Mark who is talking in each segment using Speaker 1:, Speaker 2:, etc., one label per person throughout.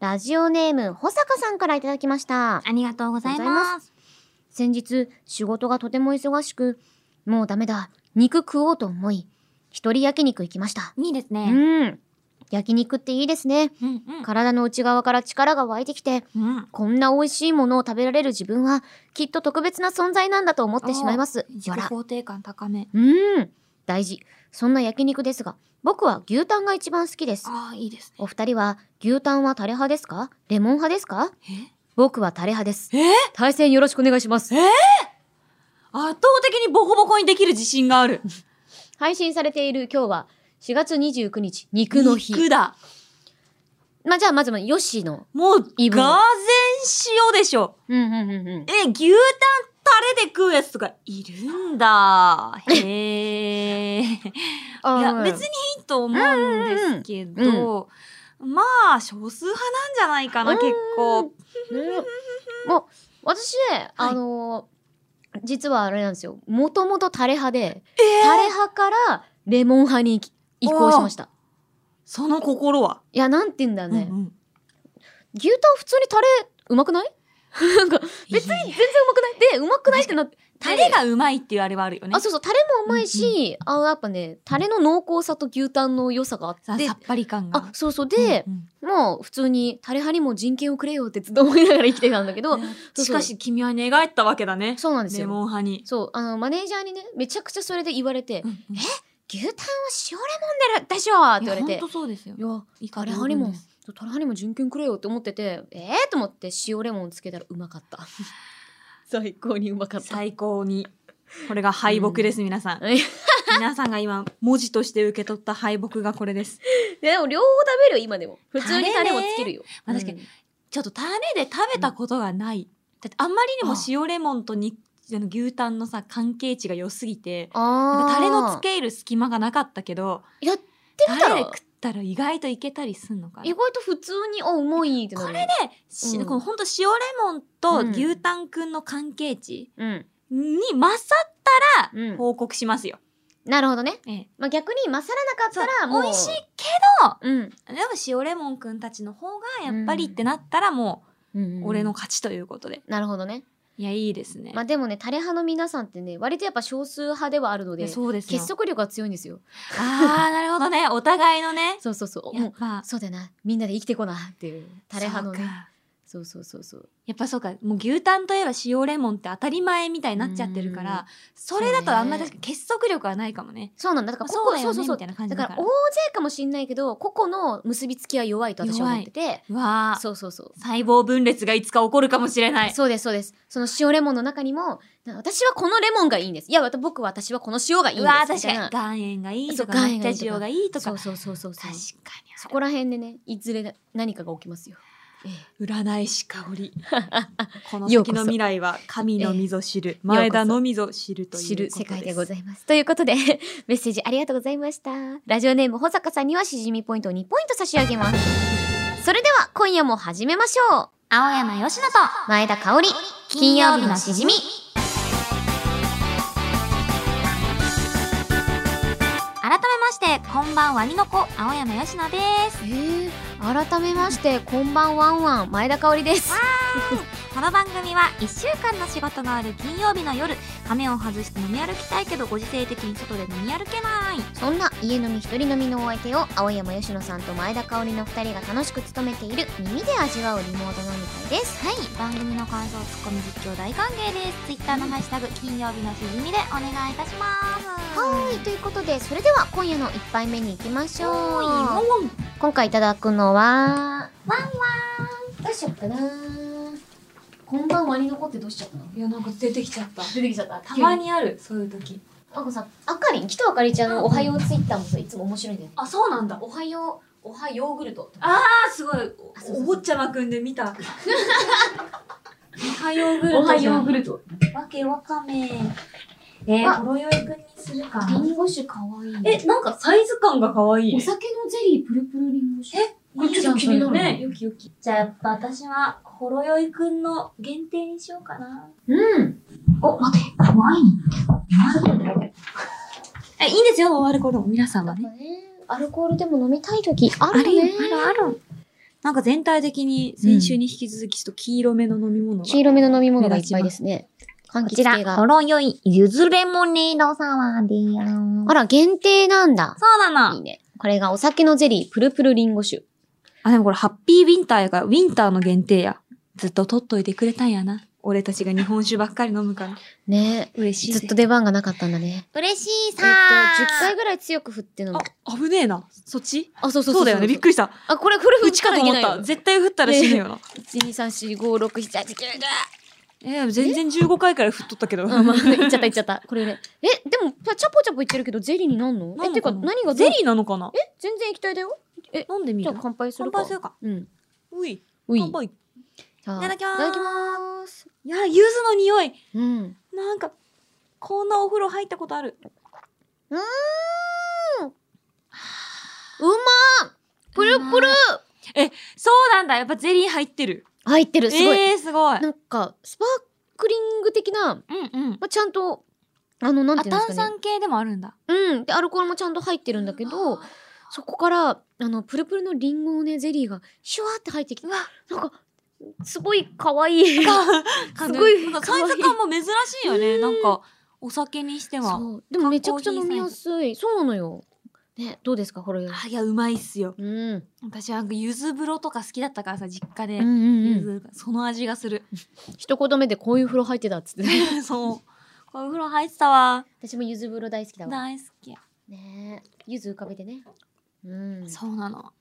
Speaker 1: ラジオネーム、保坂さんからいただきました。
Speaker 2: ありがとうござ
Speaker 1: あ
Speaker 2: い
Speaker 1: りがとうござい
Speaker 2: ま。
Speaker 1: ます先日、仕事がとても忙しく、もうダメだ、肉食おうと思い、一人焼肉行きました。
Speaker 2: いいです
Speaker 1: う
Speaker 2: ね。
Speaker 1: ん。焼肉っていいですね。
Speaker 2: うん
Speaker 1: 体の内側から力が湧いてきて、
Speaker 2: うん。うん。
Speaker 1: こんな美味しいものを食べられる自分は、きっと特別な存在なんだと思ってしまいます。
Speaker 2: 自
Speaker 1: よ
Speaker 2: 己
Speaker 1: ら。
Speaker 2: 肯定感高め。
Speaker 1: うん。大事。そんな焼肉ですが、僕は牛タンが一番好きです。
Speaker 2: ああ、いいですね。
Speaker 1: お二人は牛タンはタレ派ですかレモン派ですか僕はタレ派です。
Speaker 2: ええ
Speaker 1: 対戦よろしくお願いします。
Speaker 2: 圧倒的にボコボコにできる自信がある。
Speaker 1: 配信されている今日は4月29日、肉の日。
Speaker 2: 肉だ。
Speaker 1: まあ、じゃあまずはヨッシーの。
Speaker 2: もう、
Speaker 1: 異分
Speaker 2: がぜん塩でしょ。
Speaker 1: うんうんうんうん。
Speaker 2: え、牛タンタレで食うやつとかいるんだ。へ え。いや、別にいいと思うんですけ
Speaker 1: うんうん
Speaker 2: ど、まあ、少数派なんじゃないか
Speaker 1: う
Speaker 2: な、
Speaker 1: ん
Speaker 2: 結構。
Speaker 1: ねもう、私ね、あのー実はあれなんですよ。もともとタレ派で、タレ派からレモン派に移行しました。
Speaker 2: その心は。
Speaker 1: いや、なんて言うんだろうね。
Speaker 2: うんうん
Speaker 1: 牛タン普通にタレうまくないなんか別に全然うまくないでうまくないってなって
Speaker 2: タレがうまいっていうあれはあるよね。
Speaker 1: あそうそうタレもうまいし、あのやっぱねタレの濃厚さと牛タンの良さがあ
Speaker 2: さ
Speaker 1: って
Speaker 2: さっぱり感
Speaker 1: あ
Speaker 2: が。
Speaker 1: そうそうで
Speaker 2: う、ん
Speaker 1: もう普通にタレ派にも人権をくれよってずっと思いながら生きてたんだけ
Speaker 2: う
Speaker 1: ど
Speaker 2: んしかし君は寝返ったわけだね。
Speaker 1: そうなんです
Speaker 2: レ
Speaker 1: よ
Speaker 2: モン派に。
Speaker 1: そうあのマネージャーにねめちゃくちゃそれで言われて
Speaker 2: うんうん
Speaker 1: 「牛タンは塩レモンでるでしょ!」って言われ
Speaker 2: い
Speaker 1: て
Speaker 2: やほんとそうですよ
Speaker 1: 「い。や
Speaker 2: い
Speaker 1: タレ派にもタレ派にも人権くれよ」って思っててえー、と思って塩レモンつけたらうまかっ た最高にうまかった
Speaker 2: 最高に。これが敗北です、皆さ ん。皆さんが今、文字として受け取った敗北がこれです。
Speaker 1: でも両方食べるよ今でも普通にタレもつけるよ、
Speaker 2: タレねまあ確かちょっとタレで食べたことがない。だってあんまりにも塩レモンとにあの牛タンのさ、関係値が良すぎて、なん
Speaker 1: あ
Speaker 2: かタレのつ
Speaker 1: つけ
Speaker 2: け入る隙間がなかったけど、
Speaker 1: やってみた
Speaker 2: タレで
Speaker 1: ら
Speaker 2: 食ったら意外といけたりすんのかな
Speaker 1: 意。外と普通にあ重いってな
Speaker 2: こ
Speaker 1: る
Speaker 2: れで、し
Speaker 1: うん
Speaker 2: このほんと塩レモンと牛タンくんの関係値
Speaker 1: うん
Speaker 2: に勝った
Speaker 1: う
Speaker 2: ら
Speaker 1: ん
Speaker 2: 報告しますよ。
Speaker 1: なるほどね、
Speaker 2: ええ
Speaker 1: まあ、逆に勝らなかっ
Speaker 2: そう
Speaker 1: たらもう
Speaker 2: 美味しいけ
Speaker 1: うん、
Speaker 2: ど、でも塩レモンくんたちの方がやっぱりってなったらも
Speaker 1: うん
Speaker 2: う俺の勝ちということで。
Speaker 1: なるほどね、
Speaker 2: いや、いいですね。
Speaker 1: まあ、でもねタレ派の皆さんってね割とやっぱ少数派ではあるの
Speaker 2: い
Speaker 1: で
Speaker 2: やそうですよ
Speaker 1: 結束力が強いんですよ
Speaker 2: ああ、なるほど ね。お互いのね。
Speaker 1: そうそうそう
Speaker 2: や
Speaker 1: も
Speaker 2: っ
Speaker 1: う
Speaker 2: ぱ、
Speaker 1: そうだよなみんなで生きてこなっていうタレ派の
Speaker 2: そう
Speaker 1: ね
Speaker 2: か
Speaker 1: そうそうそうそう
Speaker 2: やっぱそうか、もう牛タンといえば塩レモンって当たり前みたいになっちゃってるか
Speaker 1: うん
Speaker 2: ら、それだとあんまり
Speaker 1: そうね
Speaker 2: 確かに結束力はないかもね。
Speaker 1: そうなんだだから
Speaker 2: そうだよねみたいな感じ
Speaker 1: だ
Speaker 2: だ
Speaker 1: か
Speaker 2: からら
Speaker 1: 大勢かもしんないけど個々の結びつきは弱いと私は思ってて
Speaker 2: うわあ、
Speaker 1: そうそうそう
Speaker 2: 細胞分裂がいつか起こるかもしれない。
Speaker 1: そうですそうですその塩レモンの中にもな私はこのレモンがいいんですいやわた僕は私はこの塩がいいん
Speaker 2: う
Speaker 1: です
Speaker 2: わあ、
Speaker 1: み
Speaker 2: 確
Speaker 1: たい
Speaker 2: かに。
Speaker 1: な
Speaker 2: 岩塩がいい
Speaker 1: そう
Speaker 2: とか、
Speaker 1: 岩
Speaker 2: 抹
Speaker 1: 塩がいいとか
Speaker 2: 茶
Speaker 1: そ
Speaker 2: 塩がいいとか。
Speaker 1: う
Speaker 2: 確
Speaker 1: そうそうそうそ
Speaker 2: か
Speaker 1: う
Speaker 2: に
Speaker 1: そ
Speaker 2: あ
Speaker 1: こ
Speaker 2: る。
Speaker 1: ら辺でねいずれ何かが起きますよ、え
Speaker 2: 占い師香 織。この
Speaker 1: ようこ
Speaker 2: 先
Speaker 1: そ
Speaker 2: の未来は神のみぞ知る。
Speaker 1: こそ
Speaker 2: 前田のみぞ知
Speaker 1: え
Speaker 2: るということ
Speaker 1: 知る世界でご
Speaker 2: い
Speaker 1: ざいますということで メッセージありがとうございましたラジオネーム保坂さんにはしじみポイントを2ポイント差し上げますそれでは今夜も始めましょう
Speaker 2: 青山よしと。
Speaker 1: 前田香織金曜日のしじみ
Speaker 2: 改めまして、こんばんはにのこ、青山よしのです。
Speaker 1: えー、改めましてこんばんワンワン前田香織です
Speaker 2: この番組は1週間の仕事がある金曜日の夜亀を外して飲み歩きたいけどご時世的に外で飲み歩けない
Speaker 1: そんな家飲み一人飲みのお相手を青山佳乃さんと前田香織の2人が楽しく務めている耳で味わうリモート飲み会です
Speaker 2: はい番組の感想ツッコミ実況大歓迎ですツイッターのハッシュタグ金曜日のしじみでお願いいたします
Speaker 1: はーいということでそれでは今夜の1杯目に行きまし
Speaker 2: は
Speaker 1: ょう
Speaker 2: ーい
Speaker 1: 今回いただくのはワンワンどうしよっかなこんばんワニの子ってどうしちゃったの
Speaker 2: いやなんか出てきちゃった
Speaker 1: 出てきちゃった
Speaker 2: たまにあるそういう時
Speaker 1: なんかさあかりんとあかりちゃんの「おはよう」ツイッターもさいつも面白いんだよね
Speaker 2: あそうなんだ
Speaker 1: おはようおはヨーグルト
Speaker 2: ああすごいお
Speaker 1: そうそうそう
Speaker 2: お坊ちゃまくんで見 たおはようグル
Speaker 1: お
Speaker 2: ト
Speaker 1: は
Speaker 2: じ
Speaker 1: ヨ
Speaker 2: ゃ
Speaker 1: ー
Speaker 2: ん
Speaker 1: グルト
Speaker 2: わけわかめえ
Speaker 1: あ
Speaker 2: ー、ほろよいくんにするか
Speaker 1: リンゴ酒かわいい
Speaker 2: え、なんかサイズ感が可愛い。
Speaker 1: お酒のゼリープルプルリンゴ酒
Speaker 2: いいじ
Speaker 1: ち
Speaker 2: ゃ
Speaker 1: ょっ
Speaker 2: ん
Speaker 1: と
Speaker 2: そ
Speaker 1: 気
Speaker 2: れ
Speaker 1: になる
Speaker 2: ね。よきよき。じゃあやっぱ私は、ほろよいくんの限定にしようかな。
Speaker 1: うん
Speaker 2: お、待て、怖いんえ、いいんですよ、終わる頃、皆さんはね。
Speaker 1: ねアルコールでも飲みたい時あ
Speaker 2: あ
Speaker 1: る
Speaker 2: る
Speaker 1: ね
Speaker 2: よ、あるある。なんか全体的に先週に引き続きちょっと黄色めの飲み物が。
Speaker 1: 黄色めの飲み物がいっぱいですね。柑
Speaker 2: こ
Speaker 1: 橘
Speaker 2: ち
Speaker 1: 系
Speaker 2: ら、
Speaker 1: が。
Speaker 2: ほろ酔い、ゆずレモネードサワーでーよ
Speaker 1: あら、限定なんだ。
Speaker 2: そうない
Speaker 1: い
Speaker 2: の。
Speaker 1: ね。これがお酒のゼリー、プルプルリンゴ酒。
Speaker 2: あ、でもこれハッピーウィンターやから、ウィンターの限定や。ずっと取っといてくれたんやな。俺たちが日本酒ばっかり飲むから。
Speaker 1: ね
Speaker 2: 嬉しい。
Speaker 1: ずっと出番がなかったんだね。
Speaker 2: 嬉しい
Speaker 1: えっと、10回ぐらい強く振って飲む。
Speaker 2: あ、危ねえな。そっち
Speaker 1: あ、そうそ
Speaker 2: そう
Speaker 1: うそう
Speaker 2: だよね。びっくりした。
Speaker 1: あ、これ、これ振
Speaker 2: う
Speaker 1: っ
Speaker 2: ち
Speaker 1: た
Speaker 2: からと
Speaker 1: いけ
Speaker 2: 思っ
Speaker 1: ない
Speaker 2: た。
Speaker 1: よ。
Speaker 2: 絶対振ったら死ぬよな。
Speaker 1: 1,2,3,4,5,6,7,8,9,10!
Speaker 2: えー、全然15回から振っとったけ ど。
Speaker 1: あ、まあ、 いっちゃったいっちゃった。これね。え、でも、さチャポチャポいってるけど、ゼリーになんの
Speaker 2: な
Speaker 1: え、
Speaker 2: の
Speaker 1: てか、
Speaker 2: な
Speaker 1: 何が
Speaker 2: ゼ
Speaker 1: ゼリー
Speaker 2: リーなのかな
Speaker 1: え、全然液体だよ。え、
Speaker 2: 飲んでみ
Speaker 1: じゃあ
Speaker 2: る
Speaker 1: 乾杯する
Speaker 2: 乾
Speaker 1: か。
Speaker 2: 杯するか。
Speaker 1: うん。
Speaker 2: うい。
Speaker 1: うい。
Speaker 2: 乾杯。い
Speaker 1: さあ
Speaker 2: ただきまー
Speaker 1: い
Speaker 2: す。
Speaker 1: ただきます。
Speaker 2: いや、柚子の匂い。
Speaker 1: うん。
Speaker 2: なんか、こんなお風呂入ったことある。
Speaker 1: うまープルプル
Speaker 2: そうなんだ。やっぱゼリー入ってる。
Speaker 1: 入ってる、すごい。
Speaker 2: えー、すごい。
Speaker 1: なんか、スパークリング的な、
Speaker 2: うんうん。
Speaker 1: まあ、ちゃんと、あの、なん
Speaker 2: あ、
Speaker 1: ていうんです
Speaker 2: 炭
Speaker 1: かね。
Speaker 2: 酸系でもあるんだ。
Speaker 1: うん。で、アルコールもちゃんと入ってるんだけど、そこから、あの、プルプルのリンゴのね、ゼリーが、シュワーって入ってきて、
Speaker 2: うわ
Speaker 1: なんか、すごい可愛い。
Speaker 2: す
Speaker 1: すごい
Speaker 2: サイズ感も珍しいよね。なんか、お酒にしては。
Speaker 1: そうでもめちゃくちゃ飲みやすいそうなのよねどうですかほろよい
Speaker 2: あ、いや、うまいっすよ。
Speaker 1: うんうん
Speaker 2: 私、なんか、柚子風呂とか好きだったからさ、実家で。
Speaker 1: うんうん
Speaker 2: 柚子風呂その味が する。
Speaker 1: 一言目でこういう風呂入ってたっつって
Speaker 2: そう。こういう風呂入ってたわ。
Speaker 1: 私もゆず風呂大好きだわ
Speaker 2: 大好き。
Speaker 1: ねえゆず浮かべてねうん
Speaker 2: そうなの。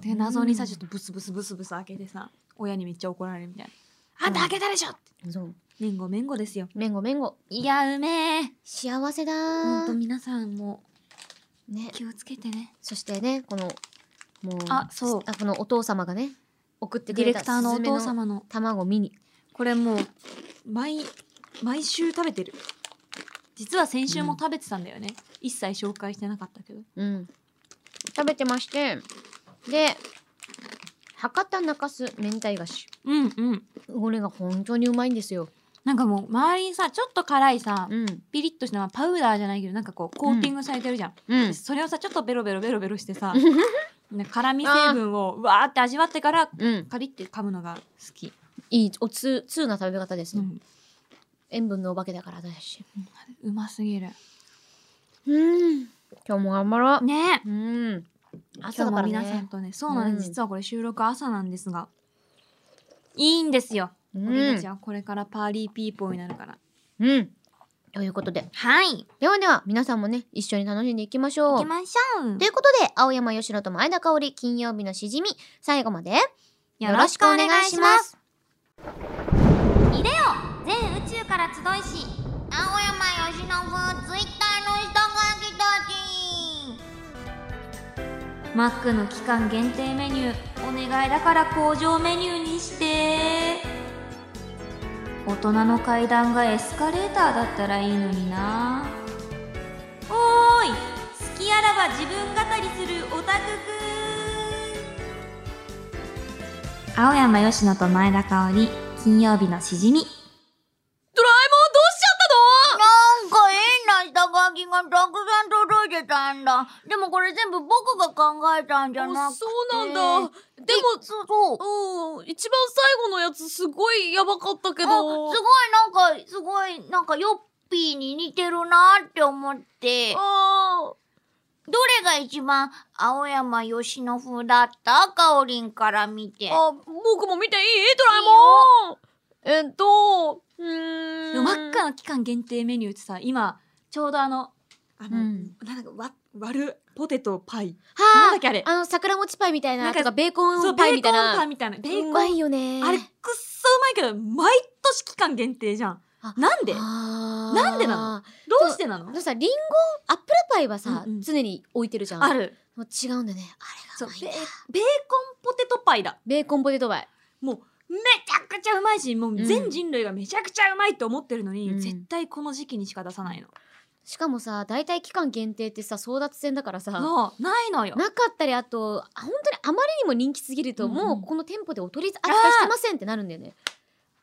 Speaker 2: で、謎にさ、ちょっとブスブスブスブス開けてさ、親にめっちゃ怒られるみたいな。あんた開けたでしょって。
Speaker 1: そう
Speaker 2: めんごめんごですよ。
Speaker 1: めんごめんご
Speaker 2: いや、うめえ。
Speaker 1: 幸せだ
Speaker 2: ほんと
Speaker 1: ー
Speaker 2: 皆さんも
Speaker 1: ね
Speaker 2: 気をつけてね。
Speaker 1: そしてねこのもう
Speaker 2: あそう
Speaker 1: あこのお父様がね送って
Speaker 2: デ
Speaker 1: くれ
Speaker 2: ィレ
Speaker 1: た
Speaker 2: クターのお父
Speaker 1: スズメの
Speaker 2: 様の
Speaker 1: 卵見に
Speaker 2: これもう毎毎週食べてる実は先週も食べてたんだよね、一切紹介してなかったけど
Speaker 1: うん食べてましてで博多中洲明太菓子
Speaker 2: うんうん
Speaker 1: これが本当にうまいんですよ
Speaker 2: なんかもう周りにさちょっと辛いさ、
Speaker 1: うん
Speaker 2: ピリッとしたまあパウダーじゃないけどなんかこうコーティングされてるじゃん、
Speaker 1: うん
Speaker 2: それをさちょっとベロベロベロベロしてさなんか辛味成分をうわーって味わってから
Speaker 1: うん、
Speaker 2: カリって噛むのが好き、
Speaker 1: いいおつ通な食べ方です
Speaker 2: う
Speaker 1: ね、
Speaker 2: ん、
Speaker 1: 塩分のお化けだから私
Speaker 2: うますぎる
Speaker 1: うん今日も頑張ろう、
Speaker 2: ね
Speaker 1: うん朝
Speaker 2: 今日
Speaker 1: だか
Speaker 2: も
Speaker 1: ら
Speaker 2: 皆さん
Speaker 1: ね
Speaker 2: とねそうなんです、
Speaker 1: うん
Speaker 2: 実はこれ収録朝なんですがいいんですよ
Speaker 1: う
Speaker 2: 俺たち
Speaker 1: ん、
Speaker 2: はこれからパーリーピーポーになるから。
Speaker 1: うん、ということで
Speaker 2: はい。
Speaker 1: ではでは皆さんもね一緒に楽しんでいきましょ
Speaker 2: 行
Speaker 1: う
Speaker 2: きましょう
Speaker 1: と。いうことで青山佳乃と前田香織金曜日のしじみ最後まで
Speaker 2: よろしくお願いします。
Speaker 3: いでよ全宇宙から集いし青山由伸ツイッターの人が来たち
Speaker 2: マックの期間限定メニュー、お願いだから工場メニューにして。大人の階段がエスカレーターだったらいいのにな。おーい好きあらば自分語りするオタクくん青山よしのと前田香織、金曜日のしじみ。ドラえ
Speaker 3: なんか変な下書きがたくさん届いてたんだでもこれ全部僕が考えたんじゃ
Speaker 2: もんどうしちゃったの
Speaker 3: なくて
Speaker 2: そう
Speaker 3: なん
Speaker 2: だ。
Speaker 3: でもそうそう
Speaker 2: うん、一番最後のやつすごいやばかったけ
Speaker 3: あすごいなんかすごいなんかヨッピーに似てるなって思って
Speaker 2: あ
Speaker 3: どれが一番青山由伸風だったかおりんから見て
Speaker 2: あ、僕も見ていいドラえもんえっと、うーん。マッカの期間限定メニューってさ、今、ちょうどあの、あの、
Speaker 1: うん
Speaker 2: なんかわ割るポテトパイ。なんだ
Speaker 1: は
Speaker 2: っけあれ
Speaker 1: あ。あの桜餅パイみたいな
Speaker 2: なんか
Speaker 1: とかベー
Speaker 2: そ
Speaker 1: コ
Speaker 2: う
Speaker 1: ンパイみたい
Speaker 2: ベーコンパ
Speaker 1: な
Speaker 2: イみたいな。ベー
Speaker 1: う
Speaker 2: コ
Speaker 1: ま
Speaker 2: ン。
Speaker 1: いよね
Speaker 2: あれ、くっそうまいけど、毎年期間限定じゃん
Speaker 1: あ。
Speaker 2: なんでどな
Speaker 1: なん
Speaker 2: でなのうしてな
Speaker 1: あ
Speaker 2: の
Speaker 1: のさリンゴアップルパイはさ、
Speaker 2: うんうん
Speaker 1: 常に置いてるじゃん
Speaker 2: ある。
Speaker 1: もう違うんだよねあれ
Speaker 2: そう、
Speaker 1: がうまいん
Speaker 2: ベー
Speaker 1: だ
Speaker 2: ベーコンポテトパイだ。
Speaker 1: ベーコンポテトパイ
Speaker 2: もうめちゃくちゃうまいしもううん全人類がめちゃくちゃうまいと思ってるのに、
Speaker 1: うん
Speaker 2: 絶対この時期にしか出さないの。
Speaker 1: しかもさ大体期間限定ってさ争奪戦だからさな
Speaker 2: のないのよ。
Speaker 1: かったりあとあ本当にあまりにも人気すぎると、
Speaker 2: うんうん
Speaker 1: もうこの店舗でお取り扱いしてませんってなるんだよね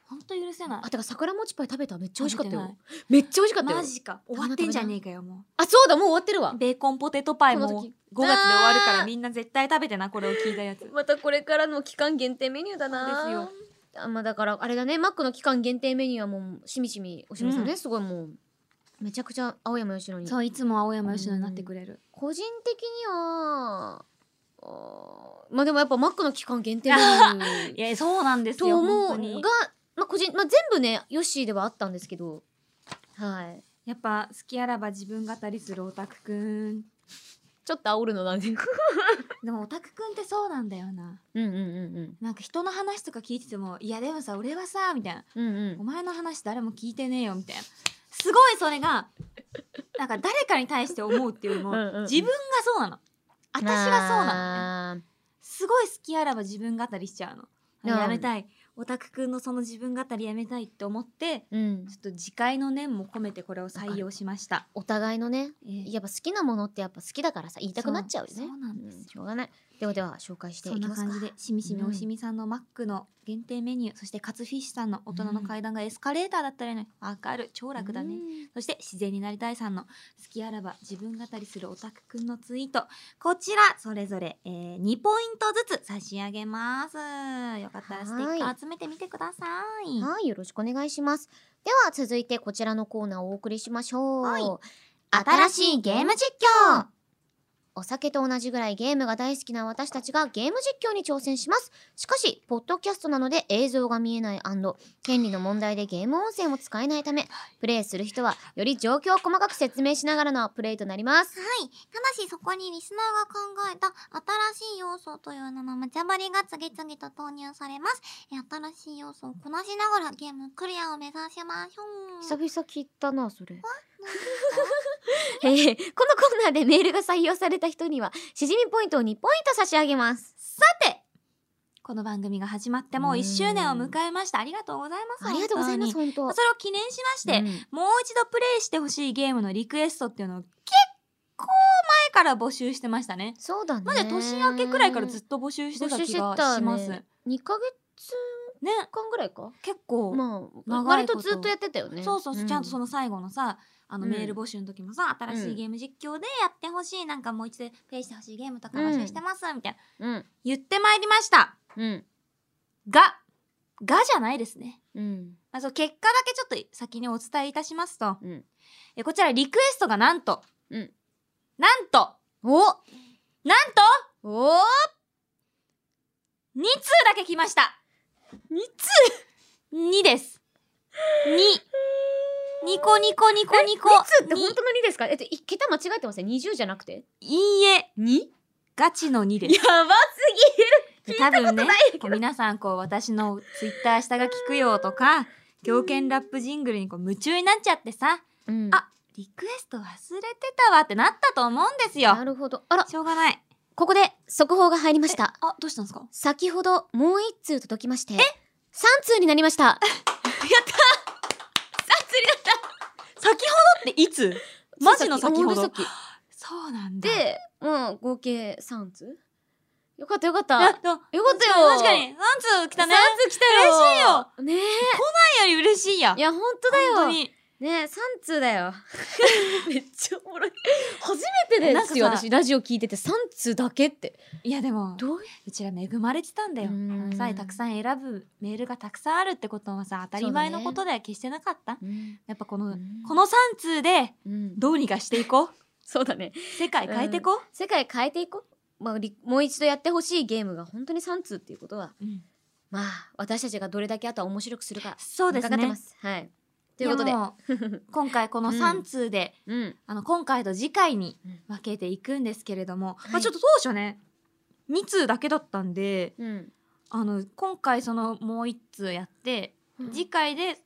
Speaker 2: ほんと許せない
Speaker 1: あ、てか桜餅パイ食べためっちゃ美味しかった
Speaker 2: 食べ
Speaker 1: よ
Speaker 2: て。
Speaker 1: めっちゃ美味しかったよ
Speaker 2: マ。ジか終わってんじゃねえかよも
Speaker 1: あ、そうだ、もう終わってる
Speaker 2: う
Speaker 1: わ。
Speaker 2: ベーコンポテトパイも
Speaker 1: この
Speaker 2: 5
Speaker 1: 時
Speaker 2: 月で終わるか
Speaker 1: あ
Speaker 2: ら
Speaker 1: ー
Speaker 2: みんな絶対食べてなこれを聞いたやつ
Speaker 1: またこれからの期間限定メニューだ
Speaker 2: そう
Speaker 1: な。あまあだからあれだね、マックの期間限定メニューはもうしみしみおしめさんね、
Speaker 2: うん
Speaker 1: すごいもうめちゃくちゃ青山よしのに。
Speaker 2: そういつも青山佳乃になってくれる
Speaker 1: 個人的には、あーまあでもやっぱマックの期間限定メニ ュー。
Speaker 2: いやそうなんです
Speaker 1: と
Speaker 2: よ
Speaker 1: 思
Speaker 2: 本当
Speaker 1: う
Speaker 2: に
Speaker 1: が、まあ、個人、まあ、全部ねヨッシーではあったんですけどはい
Speaker 2: やっぱ好きあらば自分語りするオタクくん
Speaker 1: ちょっと煽るのなんで う
Speaker 2: でもオタクくんってそうなんだよなん
Speaker 1: うんうんうん
Speaker 2: なんか人の話とか聞いてても「いやでもさ俺はさ」みたいな
Speaker 1: うんう
Speaker 2: 「お
Speaker 1: ん
Speaker 2: 前の話誰も聞いてねえよ」みたいなすごいそれがなんか誰かに対して思うっていうよりも
Speaker 1: うんうんうん
Speaker 2: 自分がそうなの私がそうなのね
Speaker 1: なのね
Speaker 2: すごい好きあらば自分語りしちゃうのあ
Speaker 1: うん
Speaker 2: やめたいオタクくんのその自分語りやめたいって思って
Speaker 1: うん
Speaker 2: ちょっと次回の念も込めてこれを採用しました
Speaker 1: お互いのね
Speaker 2: ええ
Speaker 1: やっぱ好きなものってやっぱ好きだからさ言いたくなっちゃうよね
Speaker 2: そうそうなんですよ
Speaker 1: しょうがないではでは紹介してい
Speaker 2: そん
Speaker 1: き
Speaker 2: な
Speaker 1: ます
Speaker 2: 感
Speaker 1: か
Speaker 2: じでしみしみ
Speaker 1: うん
Speaker 2: おしみさんのマックの限定メニュー、そしてカツフィッシュさんの大人の階段がエスカレーターだったらいいのにわかる超楽だね、
Speaker 1: うん
Speaker 2: そして自然になりたいさんの好きあらば自分語りするオタクくんのツイートこちらそれぞれ、えー、2ポイントずつ差し上げますよかったらステッカ
Speaker 1: は
Speaker 2: ー集めてみてください
Speaker 1: はいよろしくお願いしますでは続いてこちらのコーナーをお送りしましょう、
Speaker 3: はい
Speaker 1: 新しいゲーム実況お酒と同じぐらいゲームが大好きな私たちがゲーム実況に挑戦しますしかしポッドキャストなので映像が見えない権利の問題でゲーム音声も使えないためプレイする人はより状況を細かく説明しながらのプレイとなります
Speaker 3: はい。ただしそこにリスナーが考えた新しい要素という名の無茶ぶりが次々と投入されます。え新しい要素をこなしながらゲームクリアを目指しましょう。
Speaker 1: 久々聞いたなそれ えー、このコーナーでメールが採用された人にはしじみポイントを2ポイント差し上げます
Speaker 2: この番組が始まってもう1周年を迎えましたありがとうございます
Speaker 1: ありがとうございます
Speaker 2: 本
Speaker 1: 本当
Speaker 2: 当にそれを記念しまして、
Speaker 1: うん
Speaker 2: もう一度プレイしてほしいゲームのリクエストっていうのを結構前から募集してましたね。
Speaker 1: そうだね
Speaker 2: まだ年明けくらいからずっと募集してた気がします。ね
Speaker 1: 2ヶ月間ぐらいか
Speaker 2: 結構、
Speaker 1: まあ
Speaker 2: 長いこと
Speaker 1: 割とずっとやってたよね
Speaker 2: そうそうそう、ちゃんとそ
Speaker 1: の
Speaker 2: の最後のさあの
Speaker 1: うん
Speaker 2: メール募集の時もさ、新しいゲーム実況でやってほしい、なんかもう一度プレイしてほしいゲームとか募集してます、みたいな
Speaker 1: うん
Speaker 2: 言ってまいりました
Speaker 1: うん
Speaker 2: ががじゃないですね。
Speaker 1: うん
Speaker 2: まあ、そう結果だけちょっと先にお伝えいたしますと、
Speaker 1: うん
Speaker 2: えこちらリクエストがなんと、
Speaker 1: うん
Speaker 2: なんと
Speaker 1: お
Speaker 2: なんと
Speaker 1: お
Speaker 2: 2通だけ来ました
Speaker 1: 二
Speaker 2: 通 ?2 です2ニコニコニコニコ
Speaker 1: つって本当の2ですかえっと一桁間違えてません20じゃなくて
Speaker 2: にいいえ
Speaker 1: 2?
Speaker 2: ガチの2で
Speaker 1: や
Speaker 2: す
Speaker 1: ばす ぎる
Speaker 2: で多分ねこう皆さんこう私のツイッター下が聞くよとか狂犬ラップジングルにこう夢中になっちゃってさ
Speaker 1: うん
Speaker 2: あリクエスト忘れてたわってなったと思うんですよ
Speaker 1: なるほどあら
Speaker 2: しょうがない
Speaker 1: ここで速報が入りました
Speaker 2: あどうしたんですか
Speaker 1: 先ほどもう1通届きましてえ3通になりました
Speaker 2: 先ほどっていつマジの先
Speaker 1: ほ
Speaker 2: ほ
Speaker 1: んとさ
Speaker 2: ど
Speaker 1: っき
Speaker 2: そうなんだ
Speaker 1: でもう合計3通よかったよかっ
Speaker 2: あ
Speaker 1: た
Speaker 2: やっ
Speaker 1: よか
Speaker 2: とよか
Speaker 1: ったよ
Speaker 2: 確かに何通来たね
Speaker 1: 3通来たよ
Speaker 2: 嬉しいよ
Speaker 1: ね
Speaker 2: 前より嬉しいや
Speaker 1: えいや本当だよ
Speaker 2: 本当に
Speaker 1: ねえ3通だ よめっちゃおもろい初めてですよ
Speaker 2: なんかさ
Speaker 1: 私ラジオ聞いてて3通だけって
Speaker 2: いやでも
Speaker 1: どういう
Speaker 2: うちら恵まれてたんだよ
Speaker 1: うん
Speaker 2: さたくさん選ぶメールがたくさんあるってことはさ当たり前のことでは決してなかった、やっぱこの、
Speaker 1: うん
Speaker 2: この3通で
Speaker 1: うん
Speaker 2: どうにかしていこう
Speaker 1: そうだね
Speaker 2: 世界変えていこ
Speaker 1: 世界変えていこう、まあ、りもう一度やってほしいゲームが本当に3通っていうことは
Speaker 2: う、うん
Speaker 1: まあ私たちがどれだけあとは面白くするか
Speaker 2: そうです
Speaker 1: 伺って
Speaker 2: ね
Speaker 1: ますはいということで
Speaker 2: やもう今回この3通で、
Speaker 1: うん
Speaker 2: あの今回と次回に
Speaker 1: うん
Speaker 2: 分けていくんですけれども、
Speaker 1: はい
Speaker 2: まあ、ちょっと当初ね2通だけだったんで
Speaker 1: うん、
Speaker 2: あの今回そのもう1通やって、次回で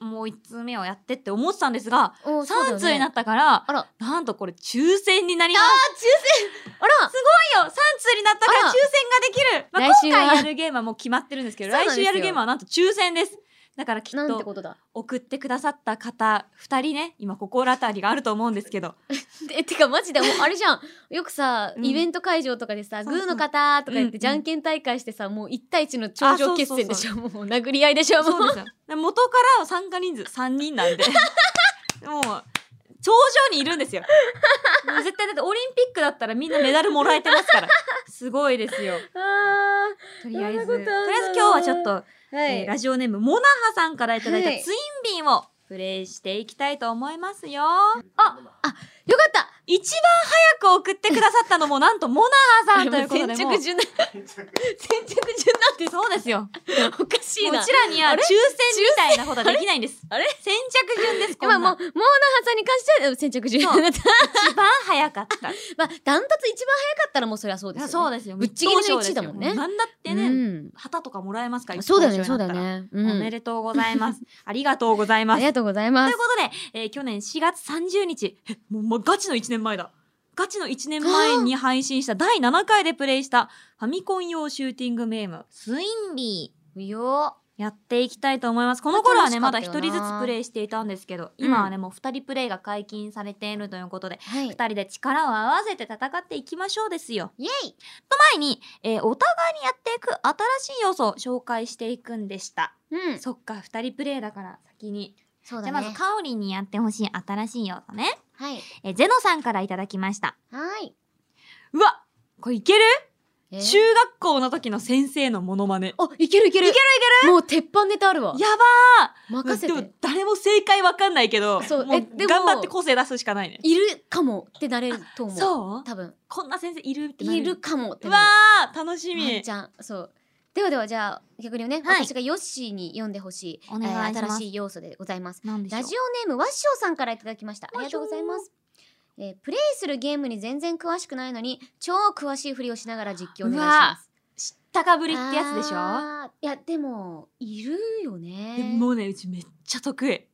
Speaker 2: もう1通目をやってって思ってたんですが、
Speaker 1: おそうだよ
Speaker 2: 3
Speaker 1: ね
Speaker 2: 通になったから、
Speaker 1: あら
Speaker 2: なんとこれ抽選になります
Speaker 1: あら
Speaker 2: よ3通になったから
Speaker 1: あら
Speaker 2: 抽選ができる、まあ、
Speaker 1: 来週は
Speaker 2: 今回やるゲームはもう決まってるんですけど
Speaker 1: そう
Speaker 2: 来
Speaker 1: なんです
Speaker 2: 週
Speaker 1: よ
Speaker 2: やるゲームはなんと抽選ですだからきっ
Speaker 1: なんて
Speaker 2: と
Speaker 1: ことだ。
Speaker 2: 送ってくださった方2人ね今心当たりがあると思うんで すけど
Speaker 1: え、てかマジで、もうあれじゃん。よくさ、
Speaker 2: うん
Speaker 1: イベント会場とかでさ、
Speaker 2: そ
Speaker 1: グ
Speaker 2: うそう
Speaker 1: ーの方とか言っ
Speaker 2: うんう
Speaker 1: て、
Speaker 2: ん
Speaker 1: じゃんけん大会してさ、もう一対一の頂上決戦でしょ。もう殴り合いでしょ。
Speaker 2: そ
Speaker 1: も
Speaker 2: う
Speaker 1: う。
Speaker 2: ですよで元から参加人数3人なんで もう頂上にいるんですよもう絶対だってオリンピックだったらみんなメダルもらえてますからすごいですよ
Speaker 1: あ
Speaker 2: とりあえず
Speaker 1: そんなこと
Speaker 2: と
Speaker 1: あるん
Speaker 2: りあ
Speaker 1: だ
Speaker 2: えず今日はちょっと、
Speaker 1: ーは
Speaker 2: えーラジオネームモナハさんからいただいた
Speaker 1: はい
Speaker 2: ツインビンをプレイしていきたいと思いますよ、
Speaker 1: よかった
Speaker 2: 一番早く送ってくださったのもなんとモナハさんと いうことで
Speaker 1: 先
Speaker 2: もう
Speaker 1: 着順 な先着順
Speaker 2: そうですよ
Speaker 1: なおかしいうな
Speaker 2: ちらには
Speaker 1: あ
Speaker 2: 抽
Speaker 1: れ
Speaker 2: 選みたいなことはできないんです
Speaker 1: あれ
Speaker 2: 先着順ですこん
Speaker 1: ま
Speaker 2: な
Speaker 1: あもう
Speaker 2: ん
Speaker 1: モーナハさんに関しては先着順
Speaker 2: そう
Speaker 1: だった
Speaker 2: 一番早かった
Speaker 1: まあダントツ一番早かったらもうそりゃ そうですよ、ね、
Speaker 2: そうですよ。
Speaker 1: ぶっちぎりの一位だもんね
Speaker 2: 一等賞ですよなんだって
Speaker 1: う
Speaker 2: ね、
Speaker 1: ん
Speaker 2: 旗とかもらえますから。
Speaker 1: そうだよね
Speaker 2: 一等賞
Speaker 1: そう
Speaker 2: にな
Speaker 1: だ
Speaker 2: っ
Speaker 1: よ
Speaker 2: たら
Speaker 1: ね、
Speaker 2: お
Speaker 1: う
Speaker 2: め
Speaker 1: ん、
Speaker 2: でとうございます。ありがとうござい
Speaker 1: あ
Speaker 2: ま
Speaker 1: り
Speaker 2: す。
Speaker 1: がとうござい
Speaker 2: と
Speaker 1: ま
Speaker 2: いう
Speaker 1: す
Speaker 2: ことで、えー去年4月30日、えもうもうガチの1年前だ。ガチの1年前に配信した第7回でプレイしたファミコン用シューティングゲーム、スインビー。
Speaker 1: うよ
Speaker 2: やっていきたいと思います。この頃はね、ま
Speaker 1: 楽
Speaker 2: だ
Speaker 1: しか
Speaker 2: 一
Speaker 1: ったよな
Speaker 2: 人ずつプレイしていたんですけど、今はね、もう二人プレイが解禁されているということで、
Speaker 1: はい
Speaker 2: 二人で力を合わせて戦っていきましょうですよ。
Speaker 1: イエイ
Speaker 2: 前に、えーお互いにやっていく新しい要素を紹介していくんでした、
Speaker 1: うん
Speaker 2: そっか2人プレイだから先に、
Speaker 1: そう
Speaker 2: じゃ
Speaker 1: だ
Speaker 2: あま
Speaker 1: ね
Speaker 2: ずカオリンにやってほしい新しい要素ね、
Speaker 1: はい
Speaker 2: えーゼノさんからいただきました
Speaker 1: はい、
Speaker 2: うわこれいける、
Speaker 1: えー
Speaker 2: 中学校の時の先生のモノマネ
Speaker 1: あいけるいける
Speaker 2: いけるい
Speaker 1: もう鉄板ネタあるわ
Speaker 2: やばー
Speaker 1: 任せ
Speaker 2: でも
Speaker 1: て
Speaker 2: 誰も正解わかんないけど
Speaker 1: そう
Speaker 2: もう
Speaker 1: えでも
Speaker 2: 頑張って個性出すしかないね
Speaker 1: いるかもってなれると思う
Speaker 2: そう
Speaker 1: 多分
Speaker 2: こんな先生いるってなる
Speaker 1: いるかもって
Speaker 2: う
Speaker 1: な
Speaker 2: わ
Speaker 1: る
Speaker 2: ー楽しみ、
Speaker 1: ワンちゃんそうではではじゃあ逆にね、
Speaker 2: はい
Speaker 1: 私がヨッシーに読んでほしい
Speaker 2: お願いします
Speaker 1: えー新しい要素でございます
Speaker 2: なんでしょう
Speaker 1: ラジオネームワッショウさんからいただきましたあ
Speaker 2: ワ
Speaker 1: りが
Speaker 2: ッショ
Speaker 1: とう
Speaker 2: ウ
Speaker 1: ございますえープレイするゲームに全然詳しくないのに超詳しいふりをしながら実況お願いします
Speaker 2: 知ったかぶりってやつでしょ
Speaker 1: あーいやでもいるよ
Speaker 2: で
Speaker 1: ね
Speaker 2: もうねうちめっちゃ得意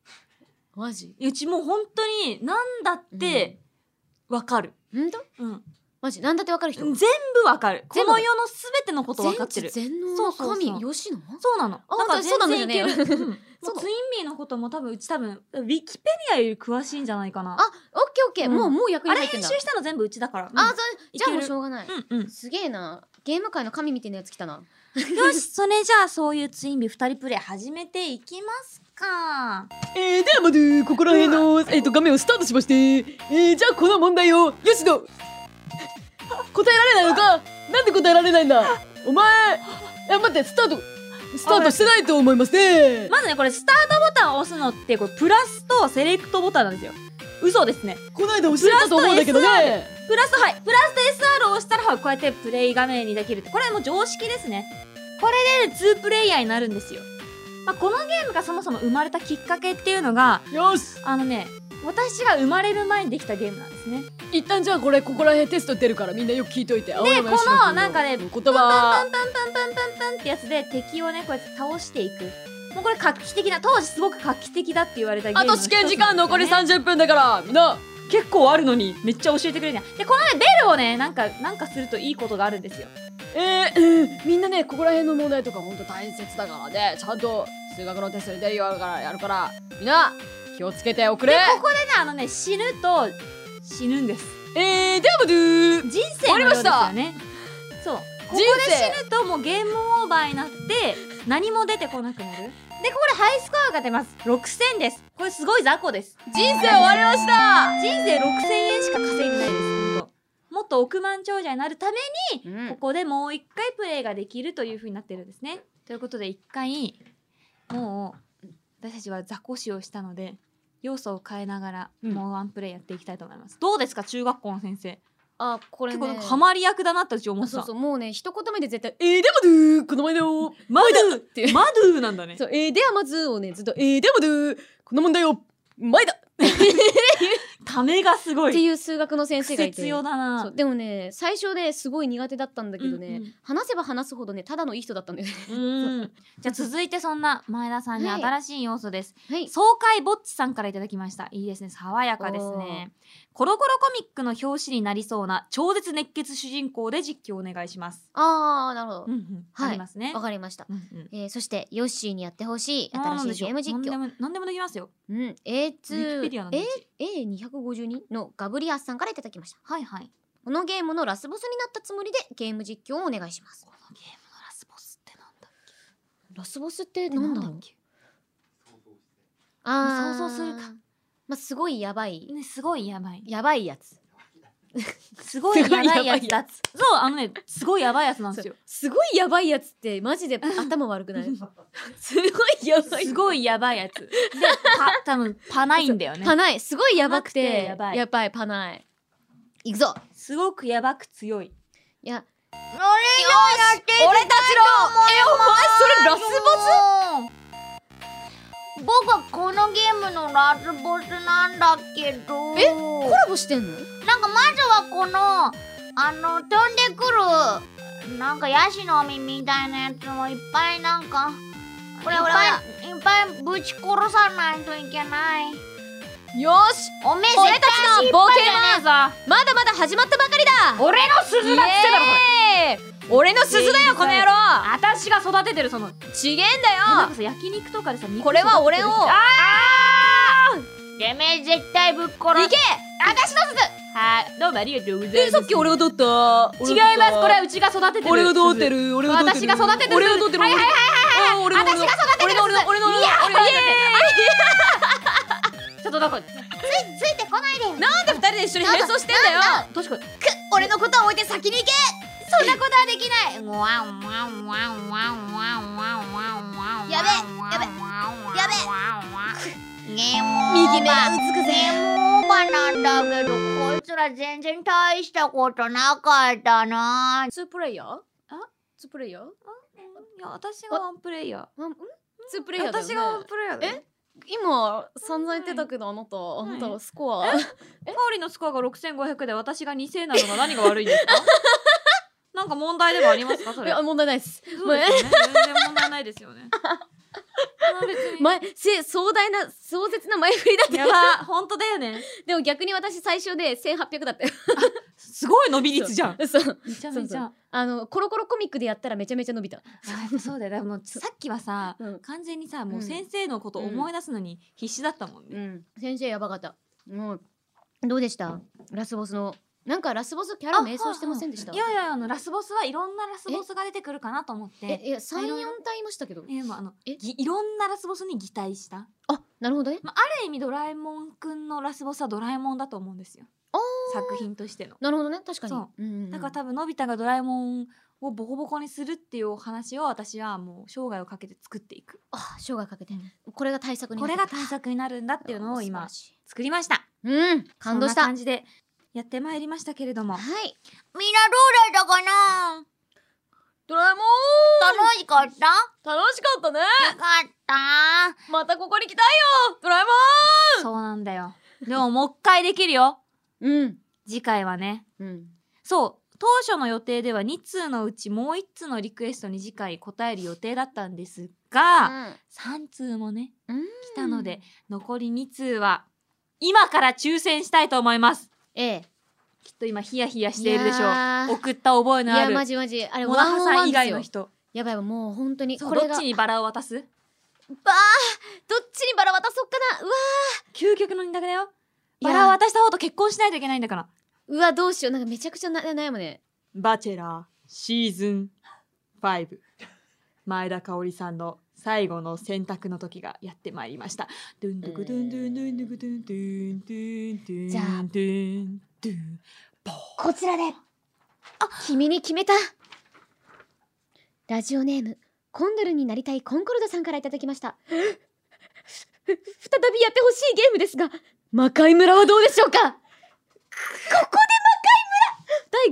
Speaker 1: マジ
Speaker 2: うちもう本当になんだってわかる、
Speaker 1: 本当
Speaker 2: うん
Speaker 1: マジなんだってわかる人
Speaker 2: 全部わかるこ
Speaker 1: 全部
Speaker 2: の世のすべてのことわかってる
Speaker 1: 全知全能
Speaker 2: そう
Speaker 1: の
Speaker 2: そうそう
Speaker 1: 神吉野
Speaker 2: そうなの
Speaker 1: あ
Speaker 2: なんか
Speaker 1: そうなの
Speaker 2: 全然いける、
Speaker 1: じ ゃねえよ
Speaker 2: うんもう
Speaker 1: そう
Speaker 2: ツインビーのことも多分うち多分ウィキペディアより詳しいんじゃないかな
Speaker 1: あオッケーオッケー、
Speaker 2: うん
Speaker 1: もうもう役に
Speaker 2: あれ
Speaker 1: 入って
Speaker 2: 編
Speaker 1: んだ
Speaker 2: 集したの全部うちだから、うん
Speaker 1: あそう
Speaker 2: い
Speaker 1: じ
Speaker 2: け
Speaker 1: ゃ
Speaker 2: る
Speaker 1: あもうしょうがない、
Speaker 2: うんうん
Speaker 1: すげえなゲーム界の神みたいなやつ来たな
Speaker 2: よしそれじゃあそういうツインビー2人プレイ始めていきますか
Speaker 4: えー、ではまずここら辺の、えー、と画面をスタートしまして、えー、じゃあこの問題を吉野答えられないのかなんで答えられないんだお前え待ってスタートスタートしてないと思いますね
Speaker 2: まずねこれスタートボタンを押すのってこれプラスとセレクトボタンなんですよ嘘ですね
Speaker 4: こないだ教えたと思うんだけどね
Speaker 2: プラスはいプラスと SR を押したらはいこうやってプレイ画面にできるってこれはもう常識ですねこれで2プレイヤーになるんですよ、まあ、このゲームがそもそも生まれたきっかけっていうのが
Speaker 4: よし
Speaker 2: あのね私が生まれる前にできたゲームなんですね
Speaker 4: 一旦じゃあこれここら辺テスト出るからみんなよく聞いといてでこ
Speaker 2: このなんかね
Speaker 4: 言葉
Speaker 2: パンパンパンパンパンってやつで敵をねこうやって倒していくもうこれ画期的な当時すごく画期的だって言われたゲー
Speaker 4: あ
Speaker 2: ムの
Speaker 4: と
Speaker 2: 一つ
Speaker 4: 試
Speaker 2: なん
Speaker 4: 験
Speaker 2: ですよね
Speaker 4: 時間残り30分だからみんな
Speaker 2: 結構あるのにめっちゃ教えてくれるじゃんでこのねベルをねなんかなんかするといいことがあるんですよ
Speaker 4: えーうんみんなねここら辺の問題とかほんと大切だからねちゃんと数学のテストに出るようになるからやるからみんな気をつけておくれ
Speaker 2: ここでねあのね死ぬと死ぬんです
Speaker 4: えー、でもドゥー
Speaker 2: 人生のようですよねそうここで
Speaker 4: 人生
Speaker 2: 死ぬともうゲームオーバーになって何も出てこなくなるでこれハイスコアが出ます6000ですこれすごい雑魚です
Speaker 4: 人生終わりました
Speaker 2: 人生6000円しか稼いでないですほんともっと億万長者になるため
Speaker 1: う
Speaker 2: にこ
Speaker 1: ん
Speaker 2: こでもう一回プレイができるというふうになってるんですねということで一回もう私たちは雑魚死をしたので要素を変えながら
Speaker 4: うん
Speaker 2: もうワンプレイやっていきたいと思います、どうですか中学校の先生
Speaker 1: あこれ
Speaker 2: 結
Speaker 1: ね
Speaker 2: 構なんかハマり役だなって私思
Speaker 1: あ
Speaker 2: ってた
Speaker 1: そうそうもうね一言目で絶対
Speaker 4: えー、でもドゥーこの前だよ
Speaker 2: マドゥ
Speaker 4: て
Speaker 2: マドゥなんだね
Speaker 4: そうえー、ではまずをねずっとえー、でもドゥーこの問題を前だ
Speaker 2: ためがすご
Speaker 1: って
Speaker 2: い。
Speaker 1: いう数学の先生がいて
Speaker 2: 必要だ
Speaker 1: そ
Speaker 2: な
Speaker 1: う。でもね最初ですごい苦手だったんだけどね、
Speaker 2: うんうん
Speaker 1: 話せば話すほどねただのいい人だったんだよ ね
Speaker 2: うん。じゃあ続いてそんな前田さんに
Speaker 1: はい
Speaker 2: 新しい要素です。
Speaker 1: はい
Speaker 2: 爽快ぼっちさんからいただきましたいいですね爽やかですねコロコロコミックの表紙になりそうな超絶熱血主人公で実況お願いします
Speaker 1: あーなるほどわ、
Speaker 2: うんうん
Speaker 1: はい
Speaker 2: ありますね
Speaker 1: かりました、
Speaker 2: うんうん
Speaker 1: えー、そしてヨッシーにやってほしい
Speaker 2: あーなん
Speaker 1: 新
Speaker 2: で
Speaker 1: し
Speaker 2: し
Speaker 1: い
Speaker 2: ょ
Speaker 1: ゲー
Speaker 2: う
Speaker 1: ム実況
Speaker 2: なんでもなんでもできますよ
Speaker 1: うん
Speaker 2: Wikipedia の日
Speaker 1: A2A252 のガブリアスさんからいただきました
Speaker 2: はいはい
Speaker 1: このゲームのラスボスになったつもりでゲーム実況をお願いします
Speaker 2: このゲームのラスボスってなんだっ
Speaker 1: ラスボスって
Speaker 2: け
Speaker 1: なんだ
Speaker 2: な
Speaker 1: ろ
Speaker 2: ん
Speaker 1: う
Speaker 2: だっけ
Speaker 1: あー
Speaker 2: 想像するか
Speaker 1: まあ、すごいやばい
Speaker 2: ねすごいやばい
Speaker 1: やばいやつ
Speaker 2: すごいやばいやつだそうあのねすごいやばいやつなんですよ
Speaker 1: すごいやばいやつってマジで頭悪く ないすごいやばい
Speaker 2: すごいやばいやつでパ多分パないんだよね
Speaker 1: パないすごいやばくて
Speaker 2: やばくてやばい
Speaker 1: やばいパないいくぞ
Speaker 2: すごくやばく強い
Speaker 1: いや
Speaker 2: 俺たち
Speaker 1: それラス
Speaker 3: 僕はこのゲームのラスボスなんだけど
Speaker 1: え
Speaker 3: コ
Speaker 1: コラボしてんの
Speaker 3: なんかまずはこのあの飛んでくるなんかヤシの実みたいなやつもいっぱいなんかこれいっぱいいっぱいぶち殺さないといけない
Speaker 1: よし
Speaker 3: おめえ
Speaker 1: 俺
Speaker 3: 絶
Speaker 1: たち
Speaker 3: 対失敗
Speaker 1: の冒
Speaker 3: だ
Speaker 1: 険
Speaker 3: よ
Speaker 1: はまだまだ始まったばかりだ
Speaker 2: 俺の鈴だっつってたろこ
Speaker 1: イ
Speaker 2: れ
Speaker 1: エーイ俺の鈴だよこの野郎
Speaker 2: 私が育ててるその
Speaker 1: ちげえん
Speaker 2: な
Speaker 1: だ
Speaker 2: んか
Speaker 1: よ
Speaker 2: さ焼肉とかでさ肉
Speaker 1: これは俺を
Speaker 2: 育ててるあ
Speaker 3: てめえ絶対ぶっ殺
Speaker 1: いけ
Speaker 2: はいどうもありがとうございます
Speaker 4: えさっき俺が取った
Speaker 2: 違いますこれはうちが育ててる
Speaker 4: 俺が取ってる俺が取って
Speaker 2: 私が
Speaker 4: る
Speaker 2: 育ててる
Speaker 4: 俺が取ってる
Speaker 2: はいはいはい
Speaker 4: はいはい俺が俺が俺が俺が俺が俺が俺が
Speaker 2: 鈴ちょっとなんか
Speaker 3: ついてこないでよ
Speaker 4: なんで二人で一緒に並走してんだよ
Speaker 2: 確かに
Speaker 1: 俺のことは置いて先に行け
Speaker 3: そんなことはできないワンワンワンワンワンワンワンワン
Speaker 1: やべやべやべ
Speaker 3: べゲーム
Speaker 1: 右目がうつくぜ
Speaker 3: ゲームオーバーなんだけどこいつら全然大したことなかったな
Speaker 4: ツープレイヤーあツープレイヤー
Speaker 2: いや私がワンプレイヤ
Speaker 1: うんツープレ
Speaker 2: ー
Speaker 1: イヤーだよ
Speaker 2: 私がワン
Speaker 1: ね
Speaker 2: プレイヤーだよ
Speaker 1: 今散々言ってたけどあなたあなたはスコア
Speaker 2: えパオリのスコアが6500で私が2000なのが何が悪いんですか なんか問題でもありますかそ
Speaker 1: い
Speaker 2: れ
Speaker 1: や問題ないです
Speaker 2: そうですよね全然問題ないですよねあ別に
Speaker 1: 前せ壮大な壮絶な前振りだった
Speaker 2: やば本当だよね
Speaker 1: でも逆に私最初で1800だったよ
Speaker 2: す ごい伸び率じゃん
Speaker 1: そう
Speaker 2: めちゃ
Speaker 1: そうそうあのコロコロコミックでやったらめちゃめちゃ伸びた
Speaker 2: あやっぱそうだよだからもうさっきはさ
Speaker 1: うん
Speaker 2: 完全にさもううん先生のことを思い出すのに必死だったもんね、
Speaker 1: うん先生やばかったもうどうでしたラスボスのなんかラスボスキャラ
Speaker 2: あ
Speaker 1: 迷走してませんでした
Speaker 2: いやいやあのラスボスはいろんなラスボスが出てくるかなと思っ
Speaker 1: え
Speaker 2: て
Speaker 1: いや34
Speaker 2: いろいろ
Speaker 1: 体いましたけど
Speaker 2: えもうあの
Speaker 1: え
Speaker 2: ぎいろんなラスボスに擬態した、
Speaker 1: あなるほどね
Speaker 2: まあ、ある意味ドラえもんくんのラスボスはドラえもんだと思うんですよ
Speaker 1: あ
Speaker 2: 作品としての
Speaker 1: なるほどね確かに
Speaker 2: そ
Speaker 1: うんうんうん
Speaker 2: だから多分のび太がドラえもんをボコボコにするっていうお話を私はもう生涯をかけて作っていく
Speaker 1: あ生涯かけて
Speaker 2: うん
Speaker 1: これが対策に
Speaker 2: こ
Speaker 1: な
Speaker 2: れ
Speaker 1: る
Speaker 2: が対策になるんだっていうのを
Speaker 1: あ
Speaker 2: 今
Speaker 1: ー素晴
Speaker 2: 作りました
Speaker 1: らしいうん感動し
Speaker 2: そん
Speaker 1: た
Speaker 2: な感じでやってまいりましたけれども
Speaker 1: はい
Speaker 3: みんなどうだったかな
Speaker 4: ドラえもん
Speaker 3: 楽しかったよ
Speaker 4: 楽しかったね
Speaker 3: かった
Speaker 4: またここに来たいよドラえもん
Speaker 2: そうなんだよ。でももう一回できるよ。
Speaker 1: うん
Speaker 2: 次回はね。
Speaker 1: うん
Speaker 2: そう。当初の予定では2通のうちもう1通のリクエストに次回答える予定だったんですが、3通もね、
Speaker 1: うん
Speaker 2: 来たので、残り2通は今から抽選したいと思います。
Speaker 1: ええ
Speaker 2: きっと今ヒヤヒヤしているでし
Speaker 1: い
Speaker 2: ょ
Speaker 1: や
Speaker 2: う。
Speaker 1: ー
Speaker 2: 送った覚え
Speaker 1: い
Speaker 2: のあ
Speaker 1: や
Speaker 2: る。
Speaker 1: マジマジあれ
Speaker 2: モ
Speaker 1: ワ
Speaker 2: ナ
Speaker 1: ン
Speaker 2: ハ
Speaker 1: オン
Speaker 2: さ
Speaker 1: ワ
Speaker 2: ん
Speaker 1: ン
Speaker 2: 以
Speaker 1: です
Speaker 2: 外の
Speaker 1: よ
Speaker 2: 人。
Speaker 1: やばいやばいもう本当に
Speaker 2: そう
Speaker 1: これ
Speaker 2: ど
Speaker 1: が
Speaker 2: っちにバラを渡す
Speaker 1: ばあどっちにバラ渡そっかなうわ
Speaker 2: 究極の二択だよ。
Speaker 1: いや
Speaker 2: バラを渡した方と結婚しないといけないんだから。
Speaker 1: うわどうしようなんかめちゃくちゃな悩むね
Speaker 2: バチェラーシーズン5前田香織さんの最後の選択の時がやってまいりました。ドゥンドゥクドゥンドゥンドゥンドゥクドゥンドゥンドゥンドゥン
Speaker 1: じゃあ
Speaker 2: ドゥンドゥン
Speaker 3: こちらで
Speaker 1: 君に決めたラジオネームコンドルになりたいコンコルドさんからいただきましたふ再びやってほしいゲームですが魔界村はどうでしょうかここで魔界村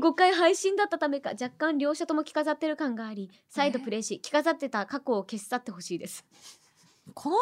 Speaker 1: 第5回配信だったためか若干両者とも着飾ってる感があり再度プレイし着飾ってた過去を消し去ってほしいです
Speaker 2: この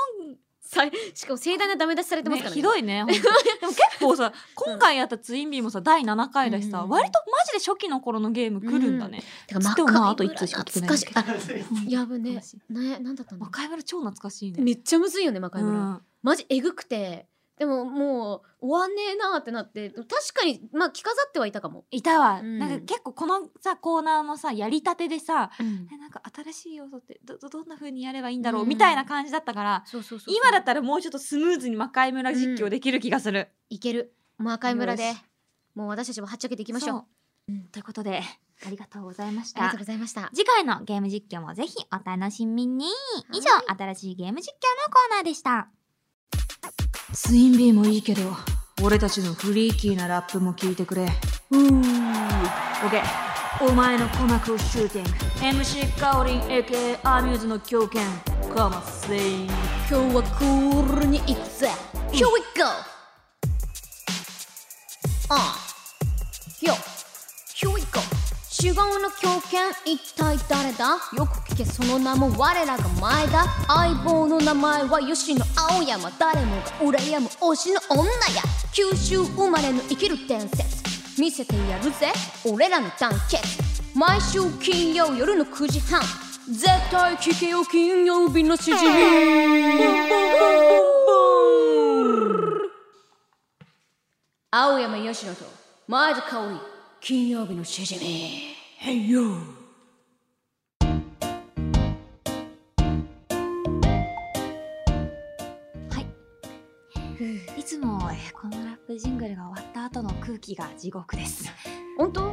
Speaker 1: さしかも盛大なダメ出しされてますからね
Speaker 2: ひどいねほんと でも結構さ今回やったツインビーもさ第7回だしさ、
Speaker 1: うん
Speaker 2: 割とマジで初期の頃のゲーム来るんだね、
Speaker 1: てか
Speaker 2: つ
Speaker 1: マ
Speaker 2: ってもまああと
Speaker 1: カイ
Speaker 2: 一
Speaker 1: ブラ
Speaker 2: 通しか
Speaker 1: 懐
Speaker 2: 来てない
Speaker 1: か
Speaker 2: ん
Speaker 1: し
Speaker 2: だ
Speaker 1: いあ
Speaker 2: けうん
Speaker 1: やぶね
Speaker 2: 話
Speaker 1: ねなんだったんだ
Speaker 2: 魔界村超懐かしいね
Speaker 1: めっちゃむずいよね魔界
Speaker 2: う
Speaker 1: 村、
Speaker 2: ん
Speaker 1: マジえぐくてでももう終わんねえなーってなって確かにまあ着飾ってはいたかも、
Speaker 2: いたわ、
Speaker 1: うん
Speaker 2: なんか結構このさコーナーもさやりたてでさ
Speaker 1: うん
Speaker 2: えなんか新しい要素ってどどどんな風にやればいいんだろう、
Speaker 1: うん
Speaker 2: みたいな感じだったから
Speaker 1: そうそうそう
Speaker 2: 今だったらもうちょっとスムーズに魔界村実況できる気がする、
Speaker 1: いける魔界村で
Speaker 2: よし
Speaker 1: もう私たちもはっちゃけていきましょう
Speaker 2: そうんということでありがとうございまし
Speaker 1: ありが
Speaker 2: た
Speaker 1: とうございました
Speaker 2: 次回のゲーム実況もぜひお楽しみに以上新しいゲーム実況のコーナーでしたツインビーもいいけど俺たちのフリーキーなラップも聞いてくれオッケーお前の鼓膜をシューティング MC カオリン AK アミューズの狂犬カマセイン
Speaker 1: 今日はクールにいくぜ Here we go! ああよ Here we go! 主語の狂犬一体誰だよく聞けその名も我らが前だ相棒の名前は吉野青山誰もが羨む推しの女や九州生まれの生きる伝説見せてやるぜ俺らの団結毎週金曜夜の9時半絶対聞けよ金曜日の指示青山佳乃と前田香織金曜日のしじみ
Speaker 2: いつもえーこのラップジングルが終わった後の空気が地獄ですは
Speaker 1: 本当
Speaker 2: い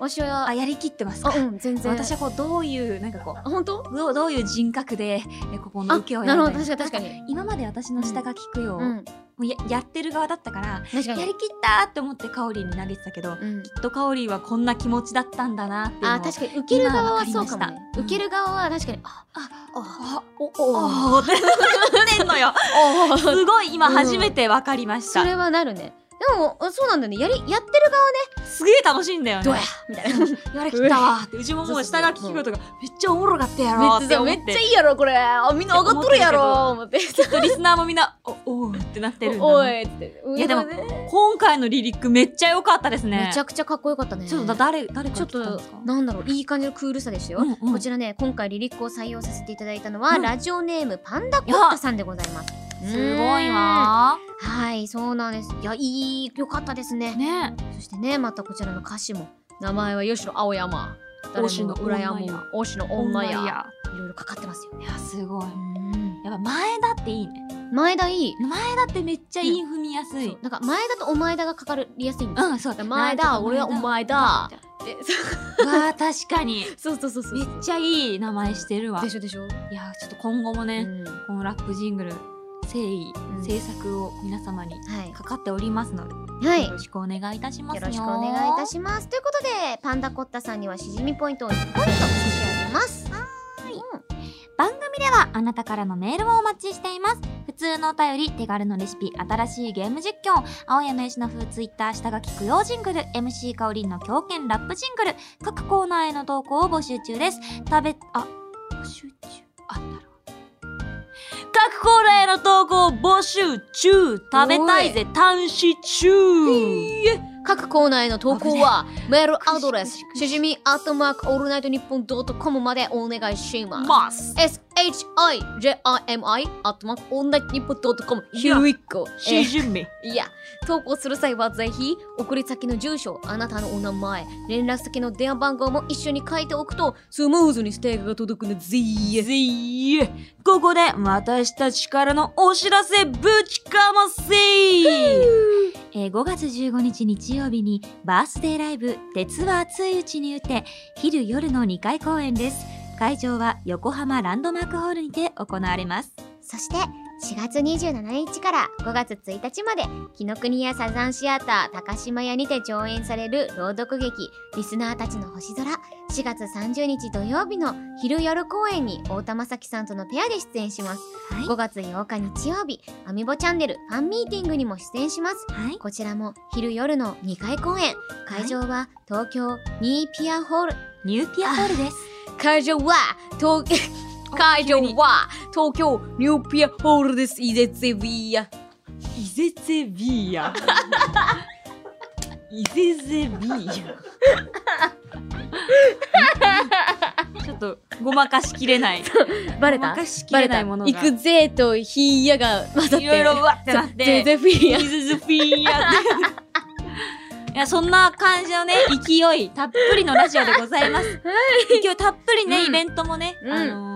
Speaker 1: わしは
Speaker 2: あやりきってます
Speaker 1: あ
Speaker 2: か
Speaker 1: うん全然
Speaker 2: 私はこうどういうなんかこ
Speaker 1: あ本当
Speaker 2: うどうどういう人格でえーここの
Speaker 1: あ
Speaker 2: 受けを
Speaker 1: な
Speaker 2: や
Speaker 1: るほ
Speaker 2: る
Speaker 1: ど確かに確かに
Speaker 2: 今まで私の下が聞くよ、
Speaker 1: う
Speaker 2: も
Speaker 1: ん
Speaker 2: うややってる側だったから
Speaker 1: 確か
Speaker 2: や
Speaker 1: に
Speaker 2: りきったって思ってカオリンに投げてたけど、きっ
Speaker 1: うん
Speaker 2: とカオリンはこんな気持ちだったんだなっていうのを
Speaker 1: あ確かに受ける側はそうかも
Speaker 2: 今わかり
Speaker 1: ね
Speaker 2: ました
Speaker 1: 受ける側は確かにあ
Speaker 2: あ
Speaker 1: おお
Speaker 2: おーってなってんのよ すごい今初めて分かりまし
Speaker 1: そ
Speaker 2: た、
Speaker 1: れはなるねでもあそうなんだねやりやってる側
Speaker 2: すげえ楽しいんだよね
Speaker 1: どうやみたい な
Speaker 2: やりきったわーってうちももう下が聞くことがめっちゃおもろかったやろーって思って
Speaker 1: いいやろこれあみん
Speaker 2: な上がっとるやろ
Speaker 1: 思って
Speaker 2: きっとリスナーもみんなおおーってなってるんだ
Speaker 1: お
Speaker 2: ない
Speaker 1: って
Speaker 2: いやでも今回のリリックめっちゃ良かったですね
Speaker 1: めちゃくちゃかっこよかったね
Speaker 2: ちょっとだ誰誰
Speaker 1: ち
Speaker 2: か
Speaker 1: ょっ
Speaker 2: ら来たん
Speaker 1: と
Speaker 2: ですか
Speaker 1: なんだろういい感じのクールさでしたよ、
Speaker 2: うんうん
Speaker 1: こちらね今回リリックを採用させていただいたのは、
Speaker 2: うん
Speaker 1: ラジオネームパンダコッタさんでございます
Speaker 2: すごいわ
Speaker 1: うーんはいそうなんですいやいいよかったですね
Speaker 2: ーね
Speaker 1: そしてねまたこちらの歌詞も名前は吉野青山誰も
Speaker 2: 推しの
Speaker 1: 羨
Speaker 2: 女
Speaker 1: む
Speaker 2: や
Speaker 1: 推しの
Speaker 2: オン
Speaker 1: 女
Speaker 2: い
Speaker 1: や
Speaker 2: や
Speaker 1: いろいろかかってますよ
Speaker 2: いやすごいう
Speaker 1: ー
Speaker 2: やっぱ前田っていいね
Speaker 1: ん前田いい
Speaker 2: 前田ってめっちゃ韻踏みやすい
Speaker 1: なんか前田とお前田がかかりやすいんですよ
Speaker 2: うんそう
Speaker 1: 前田俺はお前だで
Speaker 2: うわー確か に
Speaker 1: そうそうそうそう
Speaker 2: めっちゃいい名前してるわ
Speaker 1: でしょでしょ、
Speaker 2: いやちょっと今後も
Speaker 1: う
Speaker 2: ね、
Speaker 1: んは
Speaker 2: このラップジングル誠意、
Speaker 1: ん
Speaker 2: 制作を皆様にかかっておりますので、
Speaker 1: いはい
Speaker 2: よろしくお願いいたします
Speaker 1: よ
Speaker 2: よ
Speaker 1: ろしくお願いいたしますということでパンダコッタさんにはしじみポイントを2ポイント差し上げますはーい、
Speaker 2: 番組ではあなたからのメールをお待ちしています普通のお便り手軽のレシピ新しいゲーム実況青山由伸風ツイッター下が聞くようジングル MC かおりんの狂犬ラップジングル各コーナーへの投稿を募集中です食べあ募集中あなるほど各コーナーへの投稿を募集中食べたいぜ単視中
Speaker 1: 各コーナーへの投稿はメールアドレス
Speaker 2: くしくし
Speaker 1: しじみアットマークオールナイトニッポンドットコムまでお願いします、
Speaker 2: ます。
Speaker 1: SHIJIMI アットマークオールナイトニッポンドットコム Here we go えー
Speaker 2: じみ。
Speaker 1: いや投稿する際はぜひ送り先の住所あなたのお名前連絡先の電話番号も一緒に書いておくとスムーズにステーキが届くのぜ
Speaker 2: いえいえここで私たちからのお知らせぶちかませえー5月15日日曜日にバースデーライブ「鉄は熱いうちに打て」昼夜の2回公演です会場は横浜ランドマークホールにて行われます
Speaker 1: そして4月27日から5月1日まで紀ノ国屋サザンシアター高島屋にて上演される朗読劇「リスナーたちの星空」4月30日土曜日の昼夜公演に太田雅樹さんとのペアで出演します
Speaker 2: はい
Speaker 1: 5月8日日曜日アミボチャンネルファンミーティングにも出演します
Speaker 2: はい
Speaker 1: こちらも昼夜の2回公演会場は東京ニーピアホール
Speaker 2: ニューピアホールです
Speaker 1: 会場は東
Speaker 4: 会場は東京ニューピアホールですイゼツェビア
Speaker 2: イゼゼビー ヤ。イゼゼビーヤ。 ちょっとごまかしきれない。
Speaker 4: バレ
Speaker 2: ごま
Speaker 4: た
Speaker 2: かしき
Speaker 4: バ
Speaker 2: れ
Speaker 4: レ
Speaker 2: な
Speaker 4: た
Speaker 2: いものが。
Speaker 4: 行くぜーとひーやが混ざって
Speaker 2: いろいろうわってなっ
Speaker 4: ゼ
Speaker 2: て。
Speaker 4: ゼフィア
Speaker 2: イゼ ゼビーヤって。いやそんな感じのね勢いたっぷりのラジオでございます。勢いたっぷりね、
Speaker 4: うん
Speaker 2: イベントもね、
Speaker 4: うん
Speaker 2: あの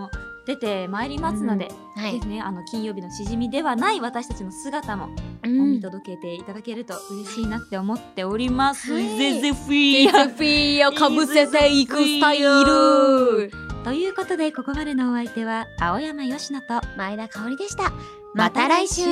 Speaker 2: 出てまいりますので、
Speaker 1: はい
Speaker 2: ぜひねあの金曜日のしじみではない私たちの姿も
Speaker 1: う
Speaker 2: お
Speaker 1: ん
Speaker 2: 見届けていただけると嬉しいなって思っております。
Speaker 1: はい
Speaker 2: ぜぜふ
Speaker 4: ゼ
Speaker 2: い
Speaker 4: ゼフィアをかぶせていくスタイル
Speaker 2: ということでここまでのお相手は青山よしのと
Speaker 1: 前田香織でしたまた来週